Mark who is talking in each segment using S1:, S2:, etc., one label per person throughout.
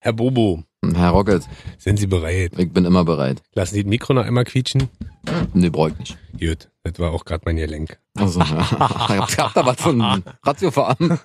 S1: Herr Bobo,
S2: Herr Rocket,
S1: sind Sie bereit?
S2: ich bin immer bereit.
S1: Lassen Sie das Mikro noch einmal quietschen?
S2: Nee, brauche ich nicht.
S1: Gut, das war auch gerade mein Gelenk.
S2: Also, ich hab da was von Ratio voran.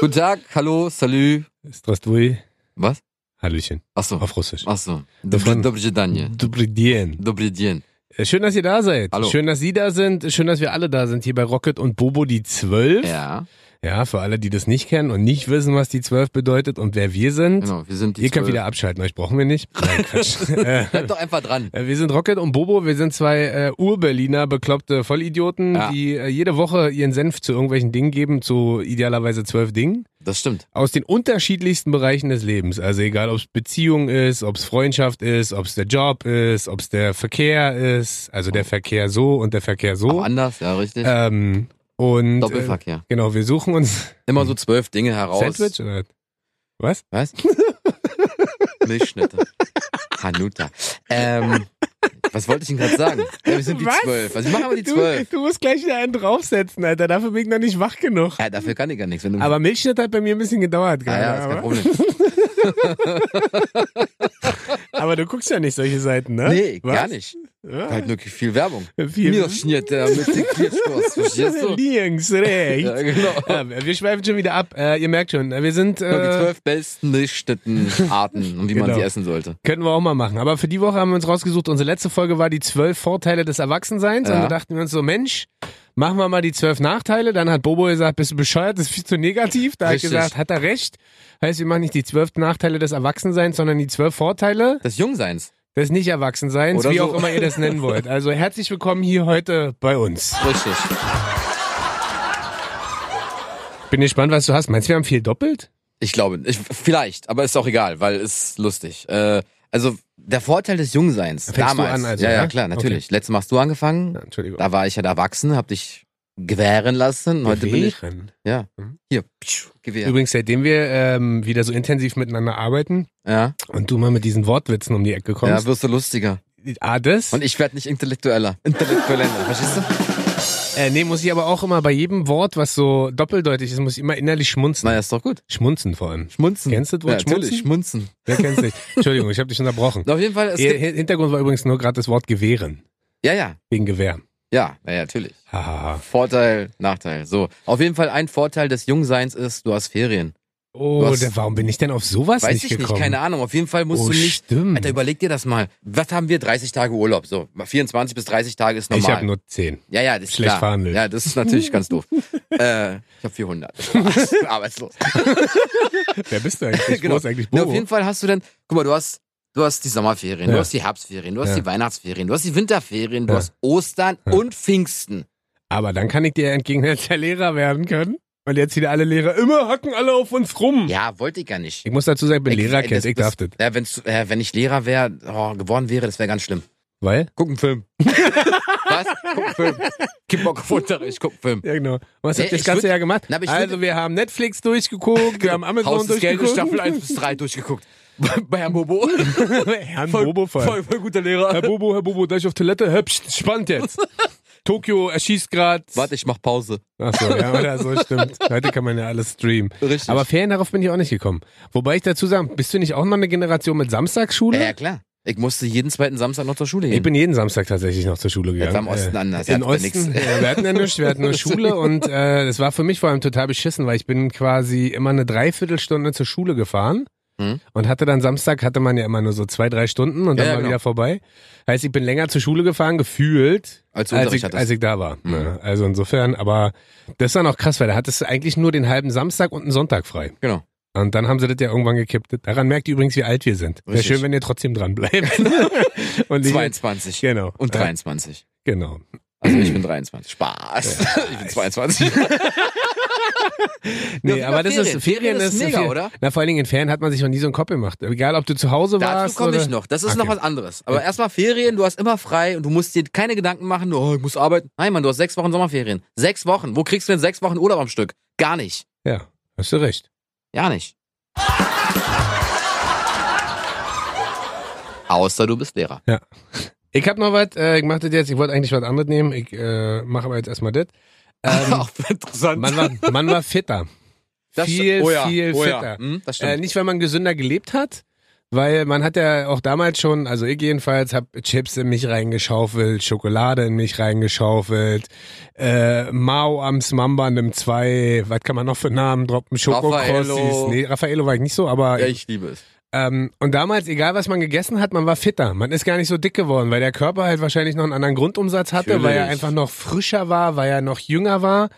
S2: Guten Tag, hallo, salü.
S1: Strastvoy,
S2: Was?
S1: Hallöchen,
S2: Achso,
S1: auf Russisch.
S2: achso. Dobri, dobri danje.
S1: Dobry dien.
S2: Dobri dien.
S1: Äh, Schön, dass ihr da seid.
S2: Hallo.
S1: Schön, dass Sie da sind. Schön, dass wir alle da sind. Hier bei Rocket und Bobo die 12.
S2: Ja,
S1: Ja, für alle, die das nicht kennen und nicht wissen, was die 12 bedeutet und wer wir sind.
S2: genau, wir sind die
S1: ihr könnt
S2: Zwölf.
S1: wieder abschalten, euch brauchen wir nicht. Nein, Quatsch. Äh,
S2: Bleibt doch einfach dran.
S1: Äh, Wir sind Rocket und Bobo, wir sind zwei äh, Ur-Berliner bekloppte Vollidioten,
S2: Ja.
S1: die äh, jede Woche ihren Senf zu irgendwelchen Dingen geben, zu idealerweise zwölf Dingen.
S2: Das stimmt.
S1: Aus den unterschiedlichsten Bereichen des Lebens. Also egal, ob es Beziehung ist, ob es Freundschaft ist, ob es der Job ist, ob es der Verkehr ist. Also der Verkehr so und der Verkehr
S2: Auch
S1: so.
S2: anders, ja, richtig.
S1: Ähm, und äh,
S2: Doppelverkehr.
S1: genau, wir suchen uns
S2: Immer so zwölf Dinge heraus.
S1: Sandwich oder was?
S2: Was? Milchschnitte. Hanuta. Ähm, was wollte ich denn gerade sagen? Ja, wir sind die
S1: Was?
S2: zwölf. Also ich mache aber die
S1: Du,
S2: zwölf.
S1: du musst gleich wieder einen draufsetzen, Alter. Dafür bin ich noch nicht wach genug.
S2: Ja, dafür kann ich gar nichts. Wenn du
S1: Aber Milchschnitt hat bei mir ein bisschen gedauert
S2: Ähm. ah,
S1: gerade.
S2: ja, ist kein
S1: aber,
S2: Problem.
S1: aber du guckst ja nicht solche Seiten, ne?
S2: Nee,
S1: Was?
S2: gar nicht.
S1: Ja.
S2: Halt nur viel Werbung.
S1: Viel-
S2: Milchschnitte mit dem Kirschkurs. Verstehst du?
S1: Links, rechts.
S2: Ja, genau.
S1: Ja, wir schweifen schon wieder ab. Äh, ihr merkt schon, wir sind.
S2: Die
S1: Äh,
S2: zwölf besten Milchschnittenarten und wie man
S1: Genau.
S2: sie essen sollte.
S1: könnten wir auch mal machen. Aber für die Woche haben wir uns rausgesucht, unsere letzte Folge war die zwölf Vorteile des Erwachsenseins. Und
S2: Ja.
S1: da dachten wir uns so, Mensch, machen wir mal die zwölf Nachteile. Dann hat Bobo gesagt, bist du bescheuert, das ist viel zu negativ. Da habe ich
S2: Richtig.
S1: gesagt, hat er recht. Heißt, wir machen nicht die zwölf Nachteile des Erwachsenseins, sondern die zwölf Vorteile.
S2: Des Jungseins.
S1: des Nicht-Erwachsenseins,
S2: Oder
S1: wie
S2: so.
S1: auch immer ihr das nennen wollt. Also herzlich willkommen hier heute bei uns.
S2: Richtig.
S1: Bin gespannt, was du hast. Meinst du, wir haben viel doppelt?
S2: Ich glaube, ich, vielleicht, aber ist auch egal, weil ist lustig. Äh, also der Vorteil des Jungseins
S1: Fängst du
S2: damals.
S1: an also,
S2: ja,
S1: ja?
S2: ja, klar, natürlich. Letztes Mal hast du angefangen,
S1: Ja, Entschuldigung.
S2: da war ich ja der Erwachsene, hab dich gewähren lassen. Heute bin ich
S1: Gewähren.
S2: ja
S1: Mhm.
S2: hier pschuh, Gewehr.
S1: Übrigens, seitdem wir ähm, wieder so intensiv miteinander arbeiten
S2: Ja,
S1: und du mal mit diesen Wortwitzen um die Ecke
S2: ja,
S1: kommst,
S2: wirst du lustiger.
S1: ah, das?
S2: Und ich werde nicht intellektueller, intellektueller. Verstehst du?
S1: Äh, nee, muss ich aber auch immer bei jedem Wort, was so doppeldeutig ist, muss ich immer innerlich schmunzen.
S2: Na ja, ist doch gut.
S1: Schmunzen vor allem.
S2: Schmunzen.
S1: Kennst du das Wort
S2: Hm. ja, natürlich, schmunzen.
S1: Wer kennt's nicht? Entschuldigung, ich habe dich unterbrochen.
S2: Na, auf jeden Fall. Es
S1: Ihr
S2: gibt,
S1: Hintergrund war übrigens nur gerade das Wort gewähren.
S2: ja, ja,
S1: Wegen Gewehr.
S2: ja, na ja, natürlich.
S1: Hahaha.
S2: Vorteil, Nachteil. So, auf jeden Fall ein Vorteil des Jungseins ist, du hast Ferien.
S1: Oh,
S2: Was?
S1: der, warum bin ich denn auf sowas
S2: Weiß
S1: nicht
S2: ich
S1: gekommen?
S2: nicht, keine Ahnung. Auf jeden Fall musst
S1: oh,
S2: du nicht.
S1: stimmt.
S2: Alter, überleg dir das mal. Was haben wir? 30 Tage Urlaub. So, 24 bis 30 Tage ist normal.
S1: ich habe nur 10.
S2: ja, ja, das ist
S1: schlecht
S2: klar.
S1: verhandelt.
S2: Ja, das ist natürlich ganz doof. Äh, ich habe 400. Arbeitslos.
S1: Wer bist du eigentlich? Wo ist eigentlich
S2: Na,
S1: Bobo?
S2: auf jeden Fall hast du dann, guck mal, du hast, du hast die Sommerferien,
S1: Ja.
S2: du hast die Herbstferien, du hast
S1: Ja.
S2: die Weihnachtsferien, du hast die Winterferien, du
S1: Ja.
S2: hast Ostern und Pfingsten.
S1: Aber dann kann ich dir entgegnen, dass der Lehrer werden können. Und jetzt wieder alle Lehrer, immer hacken alle auf uns rum.
S2: Ja, wollte ich gar nicht. Äh,
S1: Ich muss dazu sagen, ich bin Lehrerkind,
S2: das-
S1: ich
S2: das-
S1: darf das.
S2: Ja, wenn's, äh, wenn ich Lehrer wäre, oh, geworden wäre, das wäre ganz schlimm.
S1: Weil?
S2: Guck einen Film. Was? Guck einen Film. Gib Bock auf Unterricht, guck einen Film.
S1: Ja, genau. Und was
S2: Nee,
S1: habt ihr das
S2: ich
S1: ganze
S2: würd-
S1: Jahr gemacht?
S2: Na, aber ich würd-
S1: also, wir haben Netflix durchgeguckt, wir haben Amazon
S2: Haus des Geldes,
S1: durchgeguckt.
S2: Staffel 1 bis 3 durchgeguckt. Bei Herrn Bobo.
S1: Herrn Bobo vor allem.
S2: voll, voll guter Lehrer.
S1: Herr Bobo, Herr Bobo, da ich auf Toilette, hübsch, spannend jetzt. Tokio erschießt gerade.
S2: Warte, ich mach Pause.
S1: Ach so, ja, oder so, stimmt. Heute kann man ja alles streamen.
S2: Richtig.
S1: Aber Ferien, darauf bin ich auch nicht gekommen. Wobei ich dazu sagen, bist du nicht auch mal eine Generation mit Samstagsschule?
S2: ja, ja, klar. Ich musste jeden zweiten Samstag noch zur Schule
S1: ich
S2: gehen.
S1: bin jeden Samstag tatsächlich noch zur Schule gegangen.
S2: Das war im Osten anders.
S1: Äh,
S2: Ihr
S1: Im
S2: hattet ja
S1: Osten,
S2: nix.
S1: ja, wir hatten ja nichts, wir hatten nur Schule und äh, das war für mich vor allem total beschissen, weil ich bin quasi immer eine Dreiviertelstunde zur Schule gefahren.
S2: Hm.
S1: Und hatte dann Samstag, hatte man ja immer nur so zwei, drei Stunden und dann
S2: Ja, ja,
S1: war
S2: genau.
S1: wieder vorbei. Heißt, ich bin länger zur Schule gefahren, gefühlt,
S2: Als du
S1: als
S2: Unterricht
S1: ich, als
S2: hattest.
S1: ich da war.
S2: Mhm.
S1: Ja, also insofern, aber das war noch krass, weil da hattest du eigentlich nur den halben Samstag und einen Sonntag frei.
S2: Genau.
S1: Und dann haben sie das ja irgendwann gekippt. Daran merkt ihr übrigens, wie alt wir sind. Wäre
S2: Richtig.
S1: schön, wenn ihr trotzdem dran bleibt. und nicht-
S2: 22.
S1: Genau.
S2: Und
S1: Ja,
S2: 23.
S1: Genau.
S2: Also ich bin 23. Spaß. Ich bin 22.
S1: Nee,
S2: Ja,
S1: aber das
S2: Ferien.
S1: ist, Ferien
S2: Ferien
S1: ist,
S2: ist mega,
S1: Ferien-
S2: oder?
S1: Na, vor allen Dingen in Ferien hat man sich noch nie so einen Kopf gemacht. Egal, ob du zu Hause
S2: Dazu
S1: warst
S2: komme
S1: oder... Ah,
S2: ich noch. Das ist noch
S1: Okay.
S2: was anderes. Aber erstmal Ferien, du hast immer frei und du musst dir keine Gedanken machen, oh, ich muss arbeiten. Nein, Mann, du hast sechs Wochen Sommerferien. Sechs Wochen. Wo kriegst du denn sechs Wochen Urlaub am Stück? Gar nicht.
S1: Ja, hast du recht.
S2: Ja nicht. Außer du bist Lehrer.
S1: Ich hab noch was, äh, ich mach das jetzt, ich wollte eigentlich was anderes nehmen, ich äh, mache aber jetzt erstmal das.
S2: Auch interessant.
S1: Man war, man war fitter.
S2: Das-
S1: viel,
S2: oh ja,
S1: viel
S2: oh ja.
S1: fitter.
S2: Hm, das stimmt.
S1: Äh, nicht, weil man gesünder gelebt hat, weil man hat ja auch damals schon, also ich jedenfalls, habe Chips in mich reingeschaufelt, Schokolade in mich reingeschaufelt, äh, Mao am Smambandem 2, was kann man noch für Namen droppen? Schokokrossis.
S2: Raffaello.
S1: Nee, Raffaello war ich nicht so, aber
S2: ja, ich liebe es.
S1: ähm, und damals, egal was man gegessen hat, man war fitter. Man ist gar nicht so dick geworden, weil der Körper halt wahrscheinlich noch einen anderen Grundumsatz hatte, weil er
S2: Natürlich.
S1: einfach noch frischer war, weil er noch jünger war.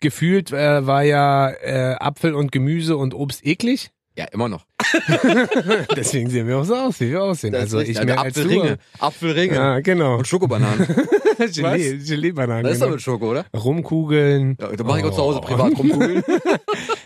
S1: Gefühlt äh, war ja äh, Apfel und Gemüse und Obst eklig.
S2: Ja, immer noch.
S1: Deswegen sehen wir auch so aus, wie wir aussehen.
S2: Das
S1: also
S2: ist
S1: ich
S2: richtig.
S1: mehr als du.
S2: Apfelringe. Apfelringe.
S1: Ja, genau.
S2: Und Schokobananen.
S1: Gelee, Gelee-Bananen.
S2: Was ist da
S1: genau.
S2: mit Schoko, oder?
S1: Rumkugeln.
S2: Ja, da mache ich auch zu Hause
S1: Oh.
S2: privat rumkugeln.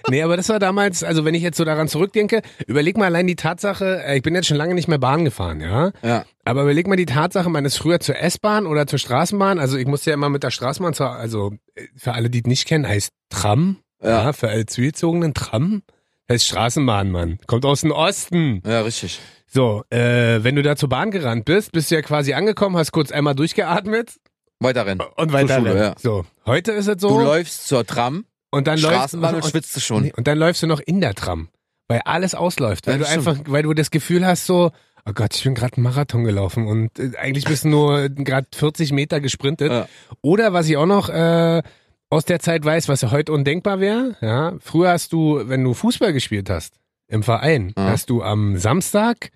S1: Nee, aber das war damals, also wenn ich jetzt so daran zurückdenke, überleg mal allein die Tatsache, äh, ich bin jetzt schon lange nicht mehr Bahn gefahren, ja?
S2: ja.
S1: Aber überleg mal die Tatsache, man ist früher zur S-Bahn oder zur Straßenbahn. Also ich musste ja immer mit der Straßenbahn, zur, also äh, für alle, die es nicht kennen, heißt Tram. Ja.
S2: Ja.
S1: für alle zugezogenen Tram. Heißt Straßenbahn, Mann. Kommt aus dem Osten.
S2: ja, richtig.
S1: So, äh, wenn du da zur Bahn gerannt bist, bist du ja quasi angekommen, hast kurz einmal durchgeatmet
S2: Weiterrennen.
S1: und weiter.
S2: Schule,
S1: rennen.
S2: ja.
S1: So, heute ist es
S2: Du
S1: so.
S2: läufst zur Tram,
S1: Und dann läufst,
S2: Straßenbahn und
S1: und,
S2: schwitzt du schon.
S1: und dann läufst du noch in der Tram, weil alles ausläuft. Weil
S2: Ja,
S1: du
S2: das stimmt.
S1: einfach, weil du das Gefühl hast, so, oh Gott, ich bin gerade einen Marathon gelaufen und äh, eigentlich bist du nur gerade 40 Meter gesprintet.
S2: Ja.
S1: Oder was ich auch noch äh, aus der Zeit weiß, was ja heute undenkbar wäre, ja, früher hast du, wenn du Fußball gespielt hast im Verein,
S2: Ja.
S1: hast du am Samstag,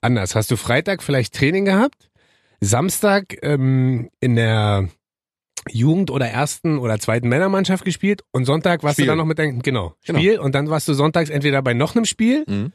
S1: anders, hast du Freitag vielleicht Training gehabt, Samstag ähm, in der Jugend oder ersten oder zweiten Männermannschaft gespielt und Sonntag warst
S2: Spiel.
S1: du dann noch mit deinem, genau,
S2: Genau.
S1: Spiel und dann warst du sonntags entweder bei noch einem Spiel
S2: Mhm.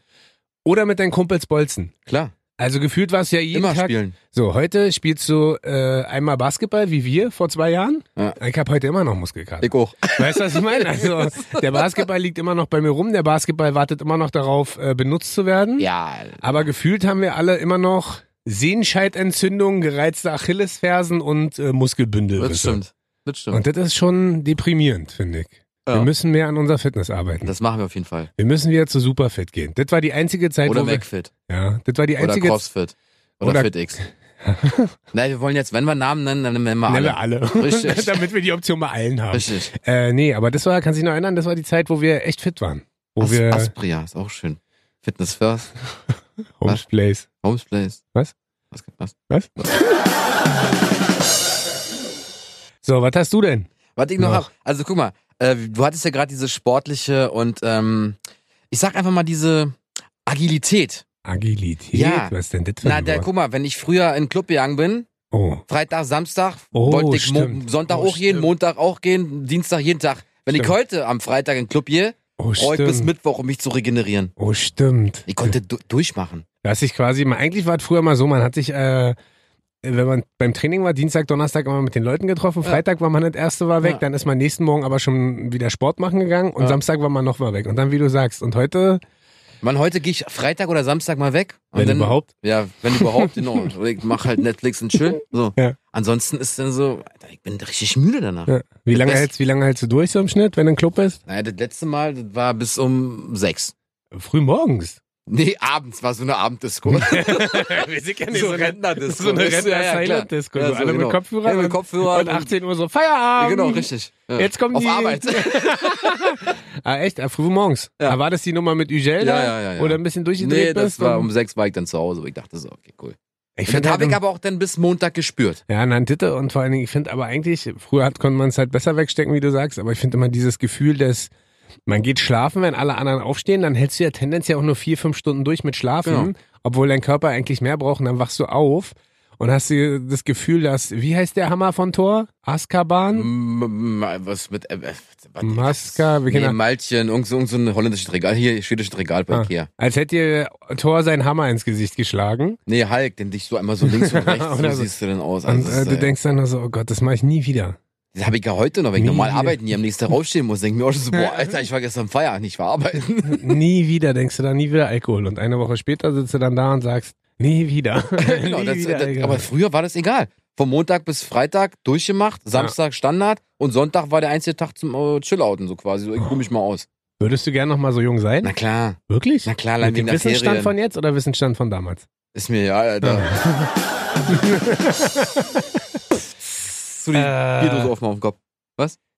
S1: oder mit deinen Kumpels Bolzen.
S2: Klar,
S1: Also gefühlt warst du ja jeden
S2: immer
S1: Tag
S2: spielen.
S1: so, heute spielst du äh, einmal Basketball wie wir vor zwei Jahren.
S2: Ja.
S1: Ich habe heute immer noch Muskelkater.
S2: Ich auch.
S1: Weißt du, was ich meine? Also, der Basketball liegt immer noch bei mir rum, der Basketball wartet immer noch darauf, äh, benutzt zu werden.
S2: Ja,
S1: Aber gefühlt haben wir alle immer noch Sehenscheidentzündungen, gereizte Achillesfersen und äh, Muskelbündel.
S2: das stimmt. Das stimmt.
S1: Und das ist schon deprimierend, finde ich. Wir
S2: Ja.
S1: müssen mehr an unserer Fitness arbeiten.
S2: Das machen wir auf jeden Fall.
S1: wir müssen wieder zu Superfit gehen. Das war die einzige Zeit,
S2: Oder
S1: wo wir,
S2: McFit.
S1: ja, das war die
S2: Oder
S1: einzige
S2: CrossFit. Oder,
S1: Oder-
S2: FitX. Nein, wir wollen jetzt, wenn wir Namen nennen, dann nennen wir
S1: Nennen wir
S2: alle.
S1: ne, alle.
S2: Richtig.
S1: Damit wir die Option bei allen haben.
S2: Richtig.
S1: Äh, nee, aber das war, kann sich noch erinnern, das war die Zeit, wo wir echt fit waren. Wo
S2: As
S1: wir
S2: Aspria ist auch schön. Fitness First,
S1: Homeplace.
S2: Homes Place.
S1: Was?
S2: Was gibt was?
S1: Was? so, was hast du denn?
S2: Was ich noch
S1: Noch.
S2: hab. Also guck mal, äh, du hattest ja gerade diese sportliche und ähm, ich sag einfach mal diese Agilität.
S1: Agilität?
S2: Ja.
S1: Was ist denn das für
S2: Na,
S1: ein
S2: der,
S1: Wort?
S2: guck mal, wenn ich früher in den Club gegangen bin,
S1: Oh,
S2: Freitag, Samstag,
S1: Oh,
S2: wollte ich Mo
S1: stimmt.
S2: Sonntag
S1: Oh,
S2: auch gehen,
S1: stimmt.
S2: Montag auch gehen, Dienstag jeden Tag. Wenn ich
S1: Stimmt.
S2: heute am Freitag in den Club gehe,
S1: oh
S2: brauche ich bis
S1: stimmt.
S2: Mittwoch, um mich zu regenerieren.
S1: Oh stimmt.
S2: Ich konnte du durchmachen.
S1: Dass ich quasi, mal- eigentlich war es früher mal so, man hat sich, äh, wenn man beim Training war, Dienstag, Donnerstag immer mit den Leuten getroffen, Freitag war man das erste Mal weg,
S2: Ja.
S1: dann ist man nächsten Morgen aber schon wieder Sport machen gegangen und
S2: Ja.
S1: Samstag war man nochmal weg. Und dann, wie du sagst, und heute,
S2: Man, heute gehe ich Freitag oder Samstag mal weg. Und
S1: wenn
S2: dann,
S1: überhaupt,
S2: Ja, wenn überhaupt, genau. Ich mach halt Netflix und chill. So.
S1: Ja.
S2: Ansonsten ist dann so, Alter, ich bin richtig müde danach.
S1: Ja. Wie lange,
S2: Best-
S1: hältst, wie lange hältst du durch so im Schnitt, wenn du im Club bist?
S2: Naja, das letzte Mal, das war bis um sechs.
S1: Früh morgens.
S2: Nee, abends war so eine Abenddisco.
S1: Wir sind ja
S2: so Renner-Disco.
S1: so eine
S2: Weißt du, ja, ja, klar.
S1: Renner-Silent-Disco.
S2: Ja,
S1: so
S2: so,
S1: alle
S2: genau.
S1: mit Kopfhörern.
S2: Ja, mit Kopfhörern
S1: Und
S2: und-
S1: 18 Uhr so,
S2: Ja,
S1: Feierabend.
S2: genau, richtig. Ja.
S1: Jetzt kommen
S2: Auf
S1: die-
S2: Arbeit.
S1: Ah, echt? Ah, früh morgens.
S2: Ja.
S1: Ah, war das die Nummer mit Ügel da?
S2: Ja, ja, ja, ja.
S1: Oder ein bisschen
S2: nee,
S1: durchgedreht
S2: das
S1: bist?
S2: war
S1: und-
S2: um sechs war ich dann zu Hause. aber Ich dachte so, okay, cool.
S1: ich
S2: Und
S1: finde
S2: das habe ich
S1: halt,
S2: aber auch dann bis Montag gespürt.
S1: ja, nein, Titte und vor allen Dingen, ich finde aber eigentlich, früher hat, konnte man es halt besser wegstecken, wie du sagst, aber ich finde immer dieses Gefühl, dass man geht schlafen, wenn alle anderen aufstehen, dann hältst du ja tendenziell auch nur vier, fünf Stunden durch mit Schlafen,
S2: Genau.
S1: obwohl dein Körper eigentlich mehr braucht und dann wachst du auf und hast du das Gefühl, dass, wie heißt der Hammer von Tor? Azkaban?
S2: M- m- m- Was mit. Äh, äh, was-
S1: Maska, wir
S2: Nee,
S1: kennen-
S2: Malchen, irgend so, irgend so ein holländisches Regal. Hier, schwedisches Regal bei
S1: Ah,
S2: Ikea.
S1: als hätte ihr Thor seinen Hammer ins Gesicht geschlagen.
S2: Nee, Hulk, den dich so einmal so links und rechts, so
S1: Oder so.
S2: siehst du denn aus.
S1: Und
S2: Also, das
S1: äh,
S2: ist,
S1: du
S2: äh,
S1: denkst dann nur so, oh Gott, das mache ich nie wieder.
S2: Das habe ich ja heute noch, wenn ich
S1: Nie
S2: normal
S1: wieder.
S2: arbeiten hier am nächsten Tag rausstehen muss, denke ich mir auch schon so, boah, Alter, ich war gestern Feierabend, ich war arbeiten.
S1: nie wieder denkst du dann nie wieder Alkohol. Und eine Woche später sitzt du dann da und sagst, nie wieder.
S2: genau,
S1: nie
S2: das,
S1: wieder
S2: das,
S1: Alkohol.
S2: aber früher war das egal. Vom Montag bis Freitag durchgemacht, Samstag Standard und Sonntag war der einzige Tag zum äh, Chillouten, so quasi. So, ich ruh mich mal aus.
S1: Würdest du gern noch mal so jung sein?
S2: Na klar,
S1: Wirklich?
S2: na klar, lang
S1: Mit dem
S2: nach
S1: Wissensstand
S2: Ferien.
S1: von jetzt oder Wissensstand von damals?
S2: Ist mir ja, Alter. Zu die
S1: Äh.
S2: Bierdose auf dem Kopf.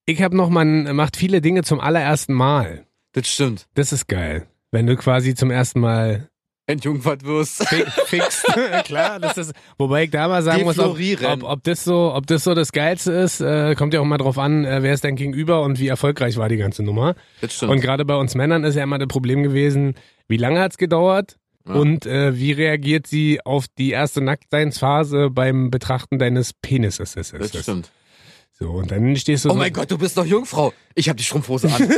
S1: Ich habe noch, man macht viele Dinge zum allerersten Mal.
S2: Das stimmt.
S1: Das ist geil. Wenn du quasi zum ersten Mal
S2: Entjungfert wirst.
S1: fi fixst. Klar, das ist. Wobei ich da mal sagen muss, ob, ob,
S2: Deflorieren.
S1: ob, das so, ob das so das Geilste ist, äh, kommt ja auch mal drauf an, äh, wer ist dein Gegenüber und wie erfolgreich war die ganze Nummer.
S2: Das stimmt.
S1: Und gerade bei uns Männern ist ja immer das Problem gewesen, wie lange hat's gedauert
S2: Ja.
S1: und äh, wie reagiert sie auf die erste Nacktseinsphase beim Betrachten deines Penises. Das
S2: das
S1: ist es.
S2: stimmt.
S1: So, und dann stehst du
S2: Oh
S1: so.
S2: mein Gott, du bist doch Jungfrau. Ich habe die Strumpfhose an.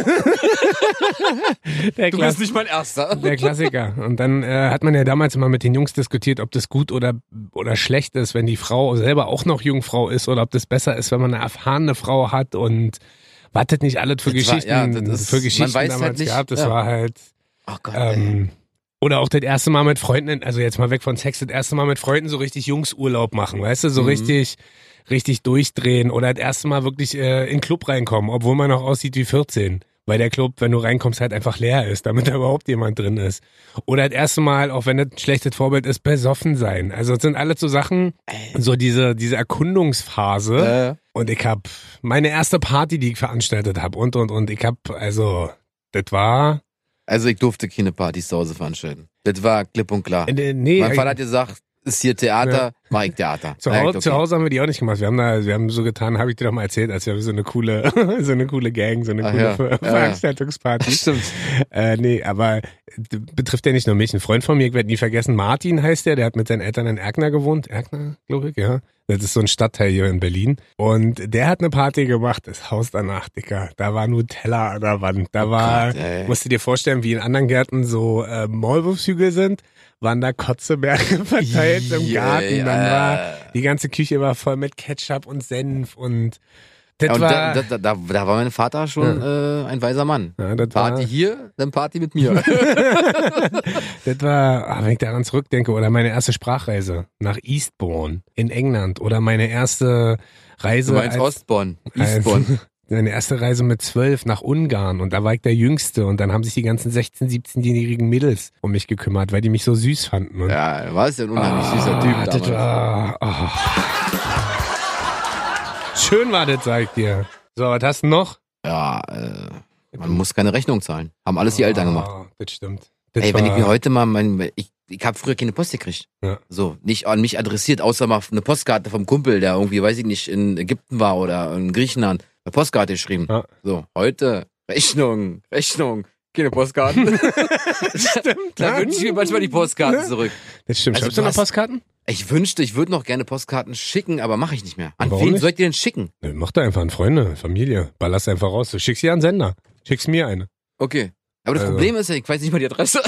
S1: der
S2: Du
S1: Klass-
S2: bist nicht mein Erster.
S1: Der Klassiker. Und dann äh, hat man ja damals mal mit den Jungs diskutiert, ob das gut oder, oder schlecht ist, wenn die Frau selber auch noch Jungfrau ist oder ob das besser ist, wenn man eine erfahrene Frau hat und wartet nicht alles für
S2: Das war-
S1: Geschichten,
S2: ja, das ist-
S1: für
S2: man
S1: Geschichten
S2: weiß halt
S1: damals
S2: nicht,
S1: gehabt. Das
S2: ja.
S1: war halt
S2: Oh Gott. ey.
S1: ähm, oder auch das erste Mal mit Freunden, also jetzt mal weg von Sex, das erste Mal mit Freunden so richtig Jungsurlaub machen, weißt du, so
S2: Mhm.
S1: richtig, richtig durchdrehen oder das erste Mal wirklich äh, in den Club reinkommen, obwohl man noch aussieht wie 14. Weil der Club, wenn du reinkommst, halt einfach leer ist, damit da überhaupt jemand drin ist. Oder das erste Mal, auch wenn das ein schlechtes Vorbild ist, besoffen sein. Also das sind alle so Sachen, so diese, diese Erkundungsphase.
S2: Äh,
S1: Und ich hab meine erste Party, die ich veranstaltet hab und, und, und. Ich hab, also, das war...
S2: also ich durfte keine Partys zu Hause veranstalten. Das war klipp und klar.
S1: Äh, nee,
S2: mein
S1: ich-
S2: Vater hat gesagt, ist hier Theater, mach ich Theater.
S1: Zu,
S2: Na ja,
S1: Hau
S2: okay.
S1: zu Hause haben wir die auch nicht gemacht. Wir haben da, wir haben so getan, habe ich dir doch mal erzählt, als wir so eine coole, so eine coole Gang, so eine
S2: Ach
S1: coole
S2: Ah, ja.
S1: Ver
S2: Ja, ja.
S1: Veranstaltungsparty.
S2: Stimmt.
S1: äh, nee, aber d- betrifft ja nicht nur mich. Ein Freund von mir, ich werde nie vergessen, Martin heißt der, der hat mit seinen Eltern in Erkner gewohnt. Erkner, glaube ich, ja. Das ist so ein Stadtteil hier in Berlin. Und der hat eine Party gemacht, das Haus danach, Dicker. Da war Nutella an der Wand. Da war,
S2: Oh Gott, ey.
S1: musst du dir vorstellen, wie in anderen Gärten so äh, Maulwurfshügel sind, waren da Kotzeberge verteilt im Garten. Dann war, die ganze Küche war voll mit Ketchup und Senf und das
S2: Ja, und
S1: war.
S2: da, da, da, da war mein Vater schon äh, ein weiser Mann.
S1: ja, das war,
S2: Party hier, dann Party mit mir. Also
S1: das war ah, wenn ich daran zurückdenke, oder meine erste Sprachreise nach Eastbourne in England oder meine erste Reise.
S2: Du meinst
S1: als-
S2: Ostbonn,
S1: als-
S2: Eastbonn.
S1: Meine erste Reise mit zwölf nach Ungarn und da war ich der Jüngste und dann haben sich die ganzen 16-, 17-jährigen Mädels um mich gekümmert, weil die mich so süß fanden. Und
S2: Ja, du warst ja ein unheimlich süßer
S1: Ah,
S2: Typ
S1: das
S2: damals.
S1: war, ah. Schön war das, sag ich dir. So, was hast du noch?
S2: Ja, äh, man muss keine Rechnung zahlen. Haben alles die Eltern gemacht.
S1: Ah, Das stimmt. Das
S2: Ey, wenn ich
S1: war-
S2: mir heute mal mein, ich, ich habe früher keine Post gekriegt.
S1: Ja.
S2: So, nicht an mich adressiert, außer mal eine Postkarte vom Kumpel, der irgendwie, weiß ich nicht, in Ägypten war oder in Griechenland. Eine Postkarte geschrieben.
S1: Ja.
S2: So, heute Rechnung, Rechnung, keine Postkarten.
S1: Stimmt,
S2: da
S1: ja.
S2: wünsche ich mir manchmal die Postkarten zurück.
S1: Das stimmt.
S2: Also
S1: Schreibst du
S2: du
S1: noch
S2: hast-
S1: Postkarten?
S2: Ich wünschte, ich würde noch gerne Postkarten schicken, aber mache ich nicht mehr. An
S1: Warum
S2: wen
S1: nicht?
S2: soll ich die denn schicken?
S1: Nö, mach da einfach an Freunde, Familie. Ballast einfach raus. Du schickst dir einen Sender. Schickst mir eine.
S2: Okay. Aber das
S1: Also.
S2: Problem ist ja, ich weiß nicht mal die Adresse.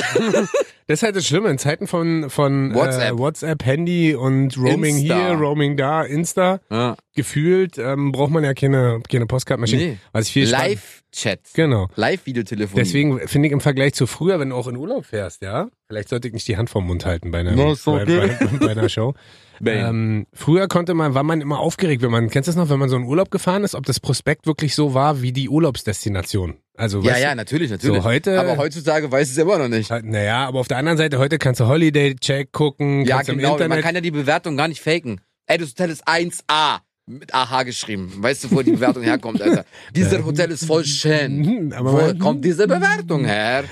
S1: Das ist halt das Schlimme. In Zeiten von, von
S2: WhatsApp.
S1: Äh, WhatsApp, Handy und Roaming
S2: Insta.
S1: hier, Roaming da, Insta,
S2: ja.
S1: gefühlt ähm, braucht man ja keine, keine Postkarten mehr schicken.
S2: Nee.
S1: Was ich viel spa-
S2: Live-Chat.
S1: Genau.
S2: Live-Videotelefonie.
S1: Deswegen finde ich im Vergleich zu früher, wenn du auch in Urlaub fährst, ja, vielleicht sollte ich nicht die Hand vom Mund halten bei einer,
S2: No, it's okay.
S1: bei, bei, bei einer Show.
S2: Bang.
S1: Ähm, früher konnte man, war man immer aufgeregt, wenn man, kennst du das noch, wenn man so in Urlaub gefahren ist, ob das Prospekt wirklich so war wie die Urlaubsdestination. Also,
S2: ja,
S1: weißt
S2: ja,
S1: du,
S2: natürlich, natürlich.
S1: so heute-
S2: aber heutzutage weiß es immer noch nicht.
S1: halt, naja, aber auf der anderen Seite, heute kannst du Holiday Check gucken,
S2: Ja,
S1: kannst im
S2: genau. Man
S1: Internet.
S2: kann ja die Bewertung gar nicht faken. Ey, das Hotel ist 1A. Mit AH geschrieben. Weißt du, wo die Bewertung herkommt, Alter? Dieser Hotel ist voll schön.
S1: Mhm, aber-
S2: Woher kommt diese Bewertung her?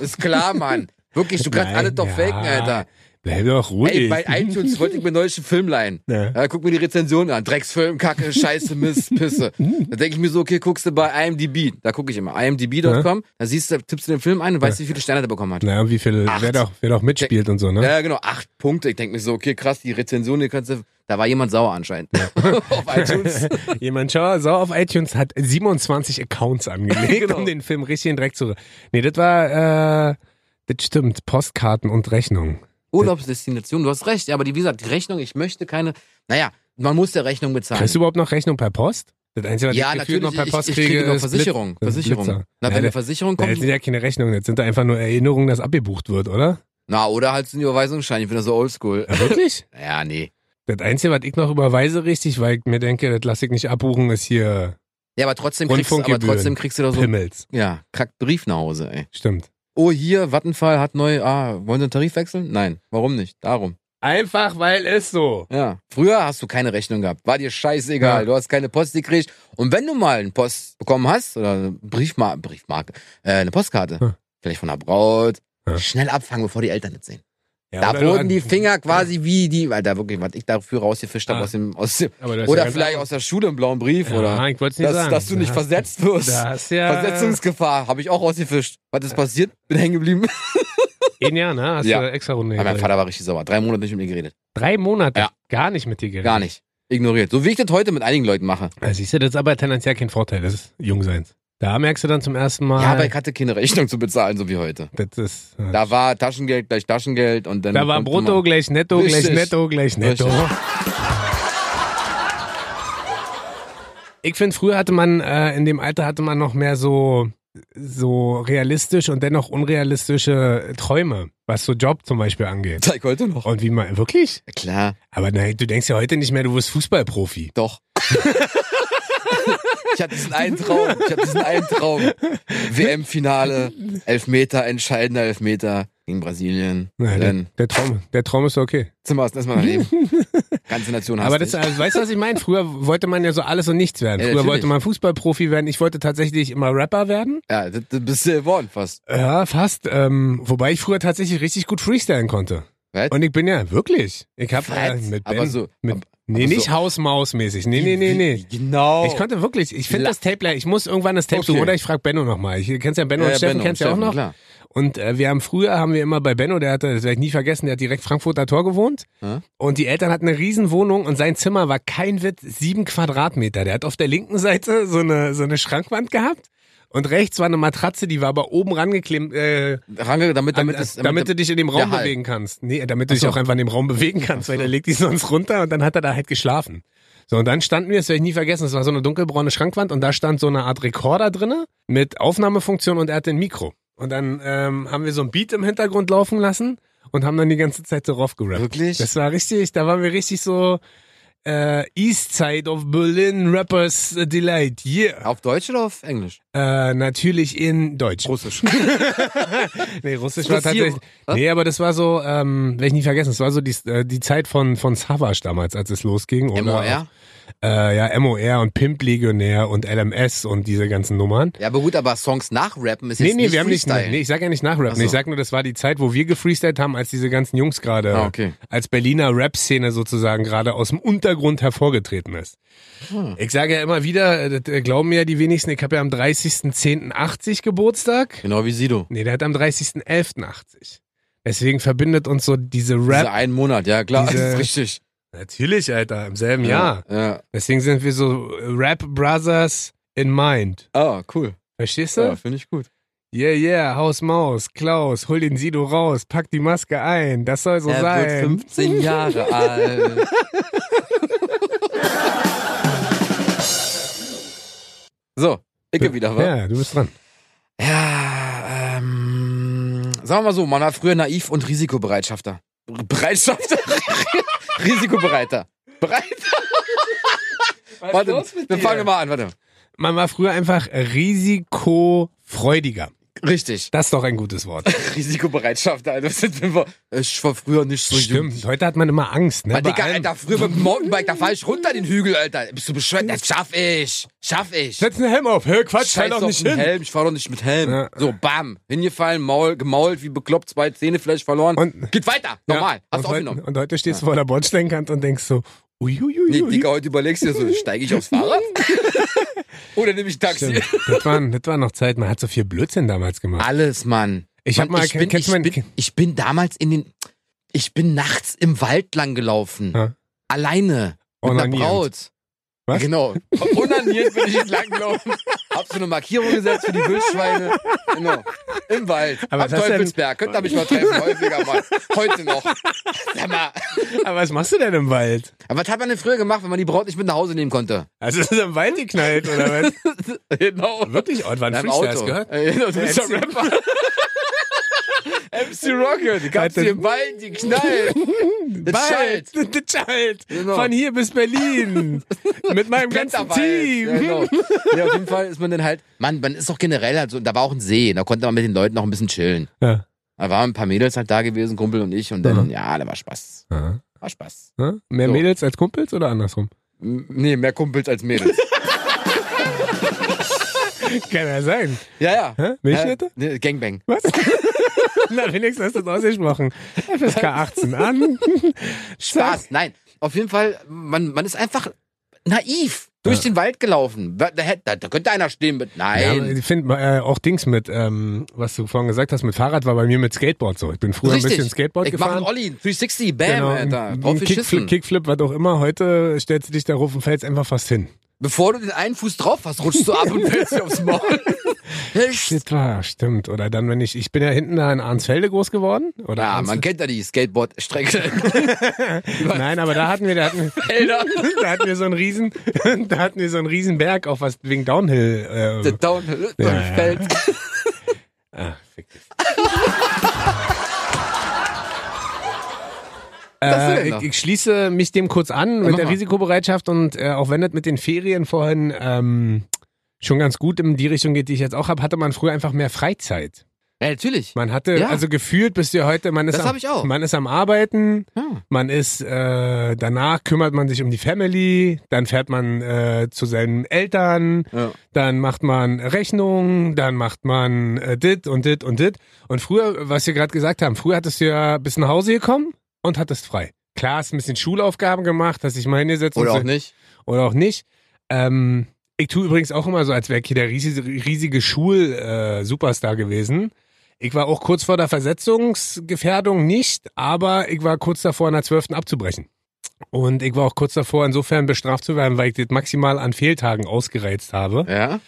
S2: Ist klar, Mann. Wirklich, du kannst
S1: Nein,
S2: alle doch
S1: ja.
S2: faken, Alter.
S1: Bleib doch ruhig.
S2: Ey, bei iTunes wollte ich mir neulich einen Film leihen.
S1: Ja.
S2: Ja, guck mir die Rezension an. Drecksfilm, Kacke, Scheiße, Mist, Pisse.
S1: Hm.
S2: Da denke ich mir so, okay, guckst du bei IMDb. Da gucke ich immer. IMDb.com. Da siehst du, tippst du den Film ein und weißt, wie viele Sterne der bekommen hat.
S1: naja, wie viel,
S2: Acht.
S1: wer doch, wer doch mitspielt und so, ne?
S2: Ja, genau, acht Punkte. Ich denke mir so, okay, krass, die Rezension, die kannst du. Da war jemand sauer anscheinend. Auf iTunes.
S1: Jemand schau, so auf iTunes hat 27 Accounts angelegt,
S2: Genau.
S1: um den Film richtig in Dreck zu. Nee, das war, äh, das stimmt, Postkarten und Rechnung.
S2: Urlaubsdestination, du hast recht, aber die, wie gesagt, die Rechnung, ich möchte keine. Naja, man muss der Rechnung bezahlen.
S1: Kriegst du überhaupt noch Rechnung per Post? Das Einzige, was
S2: ja,
S1: ich gefühlt
S2: natürlich.
S1: noch per Post
S2: ich, ich kriege noch
S1: ist Blitz-
S2: Versicherung.
S1: das ist
S2: Versicherung.
S1: Blitzer. Ja,
S2: Na, wenn
S1: der-
S2: eine Versicherung
S1: Na, Das
S2: kommt.
S1: sind ja keine Rechnungen, das sind da einfach nur Erinnerungen, dass abgebucht wird, oder?
S2: Na, oder halt so ein Überweisungsschein. Ich bin da so oldschool.
S1: Wirklich?
S2: Ja, nee.
S1: Das Einzige, was ich noch überweise richtig, weil ich mir denke, das lasse ich nicht abbuchen, ist hier
S2: Ja, aber trotzdem kriegst, du- aber
S1: Rundfunkgebühren.
S2: trotzdem kriegst du da so.
S1: Pimmels.
S2: Ja, kack Brief nach Hause, ey.
S1: Stimmt.
S2: Oh, hier, Vattenfall hat neu. Ah, wollen sie einen Tarif wechseln? Nein. Warum nicht? Darum.
S1: Einfach weil es so.
S2: Ja. Früher hast du keine Rechnung gehabt. War dir scheißegal.
S1: Ja.
S2: Du hast keine Post gekriegt. Und wenn du mal einen Post bekommen hast, oder eine Briefmar Briefmarke, äh, eine Postkarte,
S1: Ja.
S2: vielleicht von der Braut,
S1: Ja.
S2: schnell abfangen, bevor die Eltern das sehen.
S1: Ja,
S2: da
S1: oder du
S2: wurden die
S1: an-
S2: Finger quasi wie die, weil da wirklich, was ich dafür rausgefischt habe
S1: Ah.
S2: aus dem, aus dem
S1: Aber das ist ja
S2: oder
S1: ganz
S2: vielleicht
S1: anders.
S2: aus der Schule im blauen Brief, oder
S1: Ja, ich wollte es nicht
S2: dass,
S1: sagen.
S2: dass du nicht
S1: Da-
S2: versetzt wirst.
S1: Da hast ja
S2: Versetzungsgefahr habe ich auch rausgefischt. Was ist passiert? Bin hängen geblieben.
S1: in Jahr, ne? Hast
S2: Ja.
S1: du extra Runde
S2: Aber mein
S1: gedreht.
S2: Vater war richtig sauer. Drei Monate nicht mit mir geredet.
S1: Drei Monate
S2: Ja.
S1: gar nicht mit dir geredet.
S2: Gar nicht. Ignoriert. So wie ich das heute mit einigen Leuten mache.
S1: Also siehst du, das ist aber tendenziell kein Vorteil des Jungseins. Da merkst du dann zum ersten Mal,
S2: Ja, aber ich hatte keine Rechnung zu bezahlen, so wie heute.
S1: das ist, da,
S2: Da war Taschengeld gleich Taschengeld und dann.
S1: war
S2: kommt
S1: Brutto
S2: immer-
S1: gleich Netto gleich
S2: Richtig.
S1: Netto gleich Netto. Ich finde, früher hatte man, äh, in dem Alter hatte man noch mehr so, so realistisch und dennoch unrealistische Träume, was so Job zum Beispiel angeht.
S2: Zeig heute noch.
S1: Und wie man, wirklich?
S2: Klar,
S1: Aber nein, du denkst ja heute nicht mehr, du wirst Fußballprofi.
S2: doch. ich hatte diesen einen Traum. Ich hatte diesen einen Traum. WM-Finale, Elfmeter, entscheidender Elfmeter gegen Brasilien.
S1: Nein, der,
S2: dann
S1: der Traum, der Traum ist okay.
S2: Zimmer ist erstmal daneben. Ganze Nation hasst
S1: Aber das,
S2: dich.
S1: also, weißt du, was ich meine? Früher wollte man ja so alles und nichts werden.
S2: Ja,
S1: Früher
S2: natürlich.
S1: wollte man Fußballprofi werden. Ich wollte tatsächlich immer Rapper werden.
S2: Ja, das, das bist du geworden fast.
S1: Ja, fast. Ähm, wobei ich früher tatsächlich richtig gut freestylen konnte.
S2: Was?
S1: Und ich bin ja wirklich. Ich habe äh,
S2: Was?
S1: mit Ben,
S2: aber so.
S1: mit,
S2: aber,
S1: nee,
S2: aber
S1: nicht
S2: so-
S1: Hausmaus-mäßig. Nee, nee, nee, nee.
S2: Genau.
S1: Ich konnte wirklich, ich finde
S2: La-
S1: das Tape, le- ich muss irgendwann das Tape
S2: Okay.
S1: suchen, oder ich frage Benno nochmal. Ich kennst ja Benno und Steffen, kennst ja auch
S2: Steffen,
S1: noch.
S2: Klar.
S1: Und äh, wir haben früher, haben wir immer bei Benno, der hatte, das werde ich nie vergessen, der hat direkt Frankfurter Tor gewohnt.
S2: Ja.
S1: Und die Eltern hatten eine Riesenwohnung und sein Zimmer war kein Witz, sieben Quadratmeter. Der hat auf der linken Seite so eine, so eine Schrankwand gehabt. Und rechts war eine Matratze, die war aber oben rangeklemmt, äh,
S2: Range, damit, damit,
S1: damit,
S2: es-
S1: damit du dich in dem Raum
S2: Ja, halt.
S1: bewegen kannst. Nee, damit du dich
S2: so.
S1: auch einfach in dem Raum bewegen kannst, weil der legt dich sonst runter und dann hat er da halt geschlafen. So, und dann standen wir, das werde ich nie vergessen, es war so eine dunkelbraune Schrankwand und da stand so eine Art Rekorder drinne mit Aufnahmefunktion und er hatte ein Mikro. Und dann ähm, haben wir so ein Beat im Hintergrund laufen lassen und haben dann die ganze Zeit so rauf gerappt.
S2: Wirklich?
S1: Das war richtig, da waren wir richtig so äh, East Side of Berlin Rappers Delight, yeah.
S2: Auf Deutsch oder auf Englisch?
S1: Äh, natürlich in Deutsch.
S2: Russisch.
S1: Nee, Russisch war
S2: Russierung,
S1: tatsächlich.
S2: was?
S1: Nee, aber das war so, ähm, werde ich nie vergessen, es war so die, äh, die Zeit von, von Savage damals, als es losging. Oder
S2: MOR?
S1: auch, Äh, ja, MOR und Pimp Legionär und LMS und diese ganzen Nummern.
S2: Ja, aber gut, aber Songs nachrappen ist
S1: Nee,
S2: jetzt
S1: nee,
S2: nicht
S1: wir haben nicht,
S2: Freestyle.
S1: nee, ich sag ja nicht nachrappen.
S2: Ach so.
S1: Ich sag nur, das war die Zeit, wo wir gefreestylt haben, als diese ganzen Jungs gerade,
S2: Ah, okay.
S1: als Berliner Rap-Szene sozusagen gerade aus dem Untergrund hervorgetreten ist.
S2: Hm.
S1: Ich sage ja immer wieder, äh, das, äh, glauben mir ja die wenigsten, ich habe ja am 30.10.80 Geburtstag.
S2: Genau wie Sido.
S1: Nee, der hat am 30.11.80. Deswegen verbindet uns so diese Rap.
S2: Diese einen Monat, ja klar,
S1: Diese-
S2: das ist richtig.
S1: Natürlich, Alter, im selben Jahr.
S2: ja.
S1: Deswegen sind wir so äh, Rap Brothers in Mind.
S2: Ah, cool.
S1: Verstehst
S2: Ja,
S1: du?
S2: finde ich gut.
S1: Yeah, yeah, Haus Maus, Klaus, hol den Sido raus, pack die Maske ein, das soll so
S2: er wird
S1: sein.
S2: 15 Jahre alt. so, ich geh wieder, wa?
S1: Ja, du bist dran.
S2: Ja, ähm, sagen wir mal so, man war früher naiv und Risikobereitschafter. Bereitschafter? Risikobereiter. Bereiter? Warte, wir fangen mal an, warte.
S1: Man war früher einfach risikofreudiger.
S2: Richtig.
S1: Das ist doch ein gutes Wort.
S2: Risikobereitschafter, Alter. Was sind denn wir? Äh, Ich war früher nicht so
S1: Stimmt. Heute hat man immer Angst, ne?
S2: Mann,
S1: Bei
S2: Digga,
S1: allem.
S2: Alter, früher mit dem Mountainbike, da fahr ich runter den Hügel, Alter. Bist du bescheuert? Das schaff ich. Schaff ich.
S1: Setz einen Helm auf. Hör Quatsch, fall
S2: Scheiß
S1: doch
S2: auf
S1: nicht
S2: den
S1: hin.
S2: Helm, ich fahr doch nicht mit Helm.
S1: Ja.
S2: So, bam, hingefallen, Maul, gemault, wie bekloppt, zwei Zähne vielleicht verloren.
S1: Und-
S2: Geht weiter, normal. Hast
S1: und,
S2: du
S1: heute,
S2: aufgenommen.
S1: und heute stehst du vor der Bordsteinkante und denkst so, uiuiui.
S2: Nee, Digga, heute überlegst du dir so, steige ich aufs Fahrrad? Oder nehme ich Taxi?
S1: Stimmt. das, waren, das war noch Zeit, man hat so viel Blödsinn damals gemacht.
S2: Alles, Mann.
S1: Ich hab
S2: Mann,
S1: mal-
S2: ich bin,
S1: kennst
S2: ich,
S1: du mein-
S2: bin, ich bin damals in den, ich bin nachts im Wald lang gelaufen.
S1: Ja.
S2: Alleine. Mit einer
S1: Onanierend.
S2: Braut.
S1: Was?
S2: Genau. Unaniert bin ich entlang gelaufen. Hab so eine Markierung gesetzt für die Wildschweine. Genau. Im Wald.
S1: Aber
S2: Am
S1: was hast du denn-
S2: Teufelsberg. Könnt ihr mich mal treffen, häufiger mal. Heute noch. Sag mal.
S1: Aber was machst du denn im Wald?
S2: Aber was hat man denn früher gemacht, wenn man die Braut nicht mit nach Hause nehmen konnte?
S1: Also ist es im Wald geknallt oder was?
S2: Genau.
S1: Wirklich, oh, war ein
S2: Deinem
S1: Freestyle, hast
S2: Auto.
S1: du gehört?
S2: Äh, genau, du bist
S1: Der
S2: ja Rapper. MC Rocket, gab's
S1: Alter.
S2: dir Bein, die Knall. Das Schalt.
S1: The Child.
S2: Genau.
S1: Von hier bis Berlin. Mit meinem ganzen
S2: Blätterwald.
S1: Team.
S2: Ja, genau. ja, auf jeden Fall ist man dann halt, Mann, man ist doch generell halt so, da war auch ein See, da konnte man mit den Leuten noch ein bisschen chillen.
S1: Ja.
S2: Da waren ein paar Mädels halt da gewesen, Kumpel und ich. Und dann,
S1: Mhm.
S2: ja, da war Spaß.
S1: Aha.
S2: War Spaß.
S1: Ne? Mehr
S2: So.
S1: Mädels als Kumpels oder andersrum?
S2: M nee, mehr Kumpels als Mädels.
S1: Kann ja sein.
S2: ja, ja.
S1: Hä? Milchschnitte?
S2: Ja, nee, Gangbang.
S1: Was? Na, wenigstens hast du das ausgesprochen. FSK 18 an. Zack.
S2: Spaß. Nein. Auf jeden Fall, man, man ist einfach naiv durch den Wald gelaufen. Da, da, hätte- da, da könnte einer stehen mit.
S1: Ja, aber
S2: Nein.
S1: ich finde äh, auch Dings mit, ähm, was du vorhin gesagt hast, mit Fahrrad war bei mir mit Skateboard so. Ich bin früher ein
S2: Richtig.
S1: bisschen Skateboard
S2: ich mache
S1: gefahren. Genau.
S2: einen Olli, 360, bam, Alter.
S1: ein-
S2: Drauf
S1: ein Kickflip,
S2: geschissen.
S1: Kickflip, was auch immer. Heute stellst du dich darauf und fällst einfach fast hin.
S2: Bevor du den einen Fuß drauf hast, rutschst du ab und fällst dir aufs Maul.
S1: Das war, stimmt. Oder dann, wenn ich, ich bin ja hinten da in Arnsfelde groß geworden. Oder
S2: ja,
S1: Arns-
S2: man kennt ja die Skateboard-Strecke.
S1: Nein, aber da hatten wir, da hatten wir,
S2: Alter.
S1: da hatten wir so einen riesen, da hatten wir so einen riesen Berg, auch was wegen Downhill.
S2: The
S1: Äh,
S2: Downhill
S1: Ja, ja.
S2: fällt.
S1: ah, fick dich.
S2: Was denn
S1: Äh,
S2: noch?
S1: ich, ich schließe mich dem kurz an mit
S2: mach
S1: der
S2: mal.
S1: Risikobereitschaft und äh, auch wenn das mit den Ferien vorhin ähm, schon ganz gut in die Richtung geht, die ich jetzt auch habe, hatte man früher einfach mehr Freizeit.
S2: Ja, natürlich.
S1: Man hatte,
S2: Ja.
S1: also gefühlt bist du ja heute, man ist,
S2: Das
S1: am,
S2: hab ich auch.
S1: man ist am Arbeiten,
S2: Ja.
S1: man ist, äh, danach kümmert man sich um die Family, dann fährt man äh, zu seinen Eltern,
S2: Ja.
S1: dann macht man Rechnungen, dann macht man äh, dit und dit und dit. Und früher, was wir gerade gesagt haben, früher hattest du ja bis nach Hause gekommen und hattest frei. Klar, hast ein bisschen Schulaufgaben gemacht, hast dich mal hingesetzt
S2: Oder
S1: und
S2: auch nicht.
S1: oder auch nicht. Ähm, ich tue übrigens auch immer so, als wäre ich hier der riesige, riesige Schul-Superstar gewesen. Ich war auch kurz vor der Versetzungsgefährdung nicht, aber ich war kurz davor, in der 12. abzubrechen. Und ich war auch kurz davor, insofern bestraft zu werden, weil ich das maximal an Fehltagen ausgereizt habe.
S2: Ja.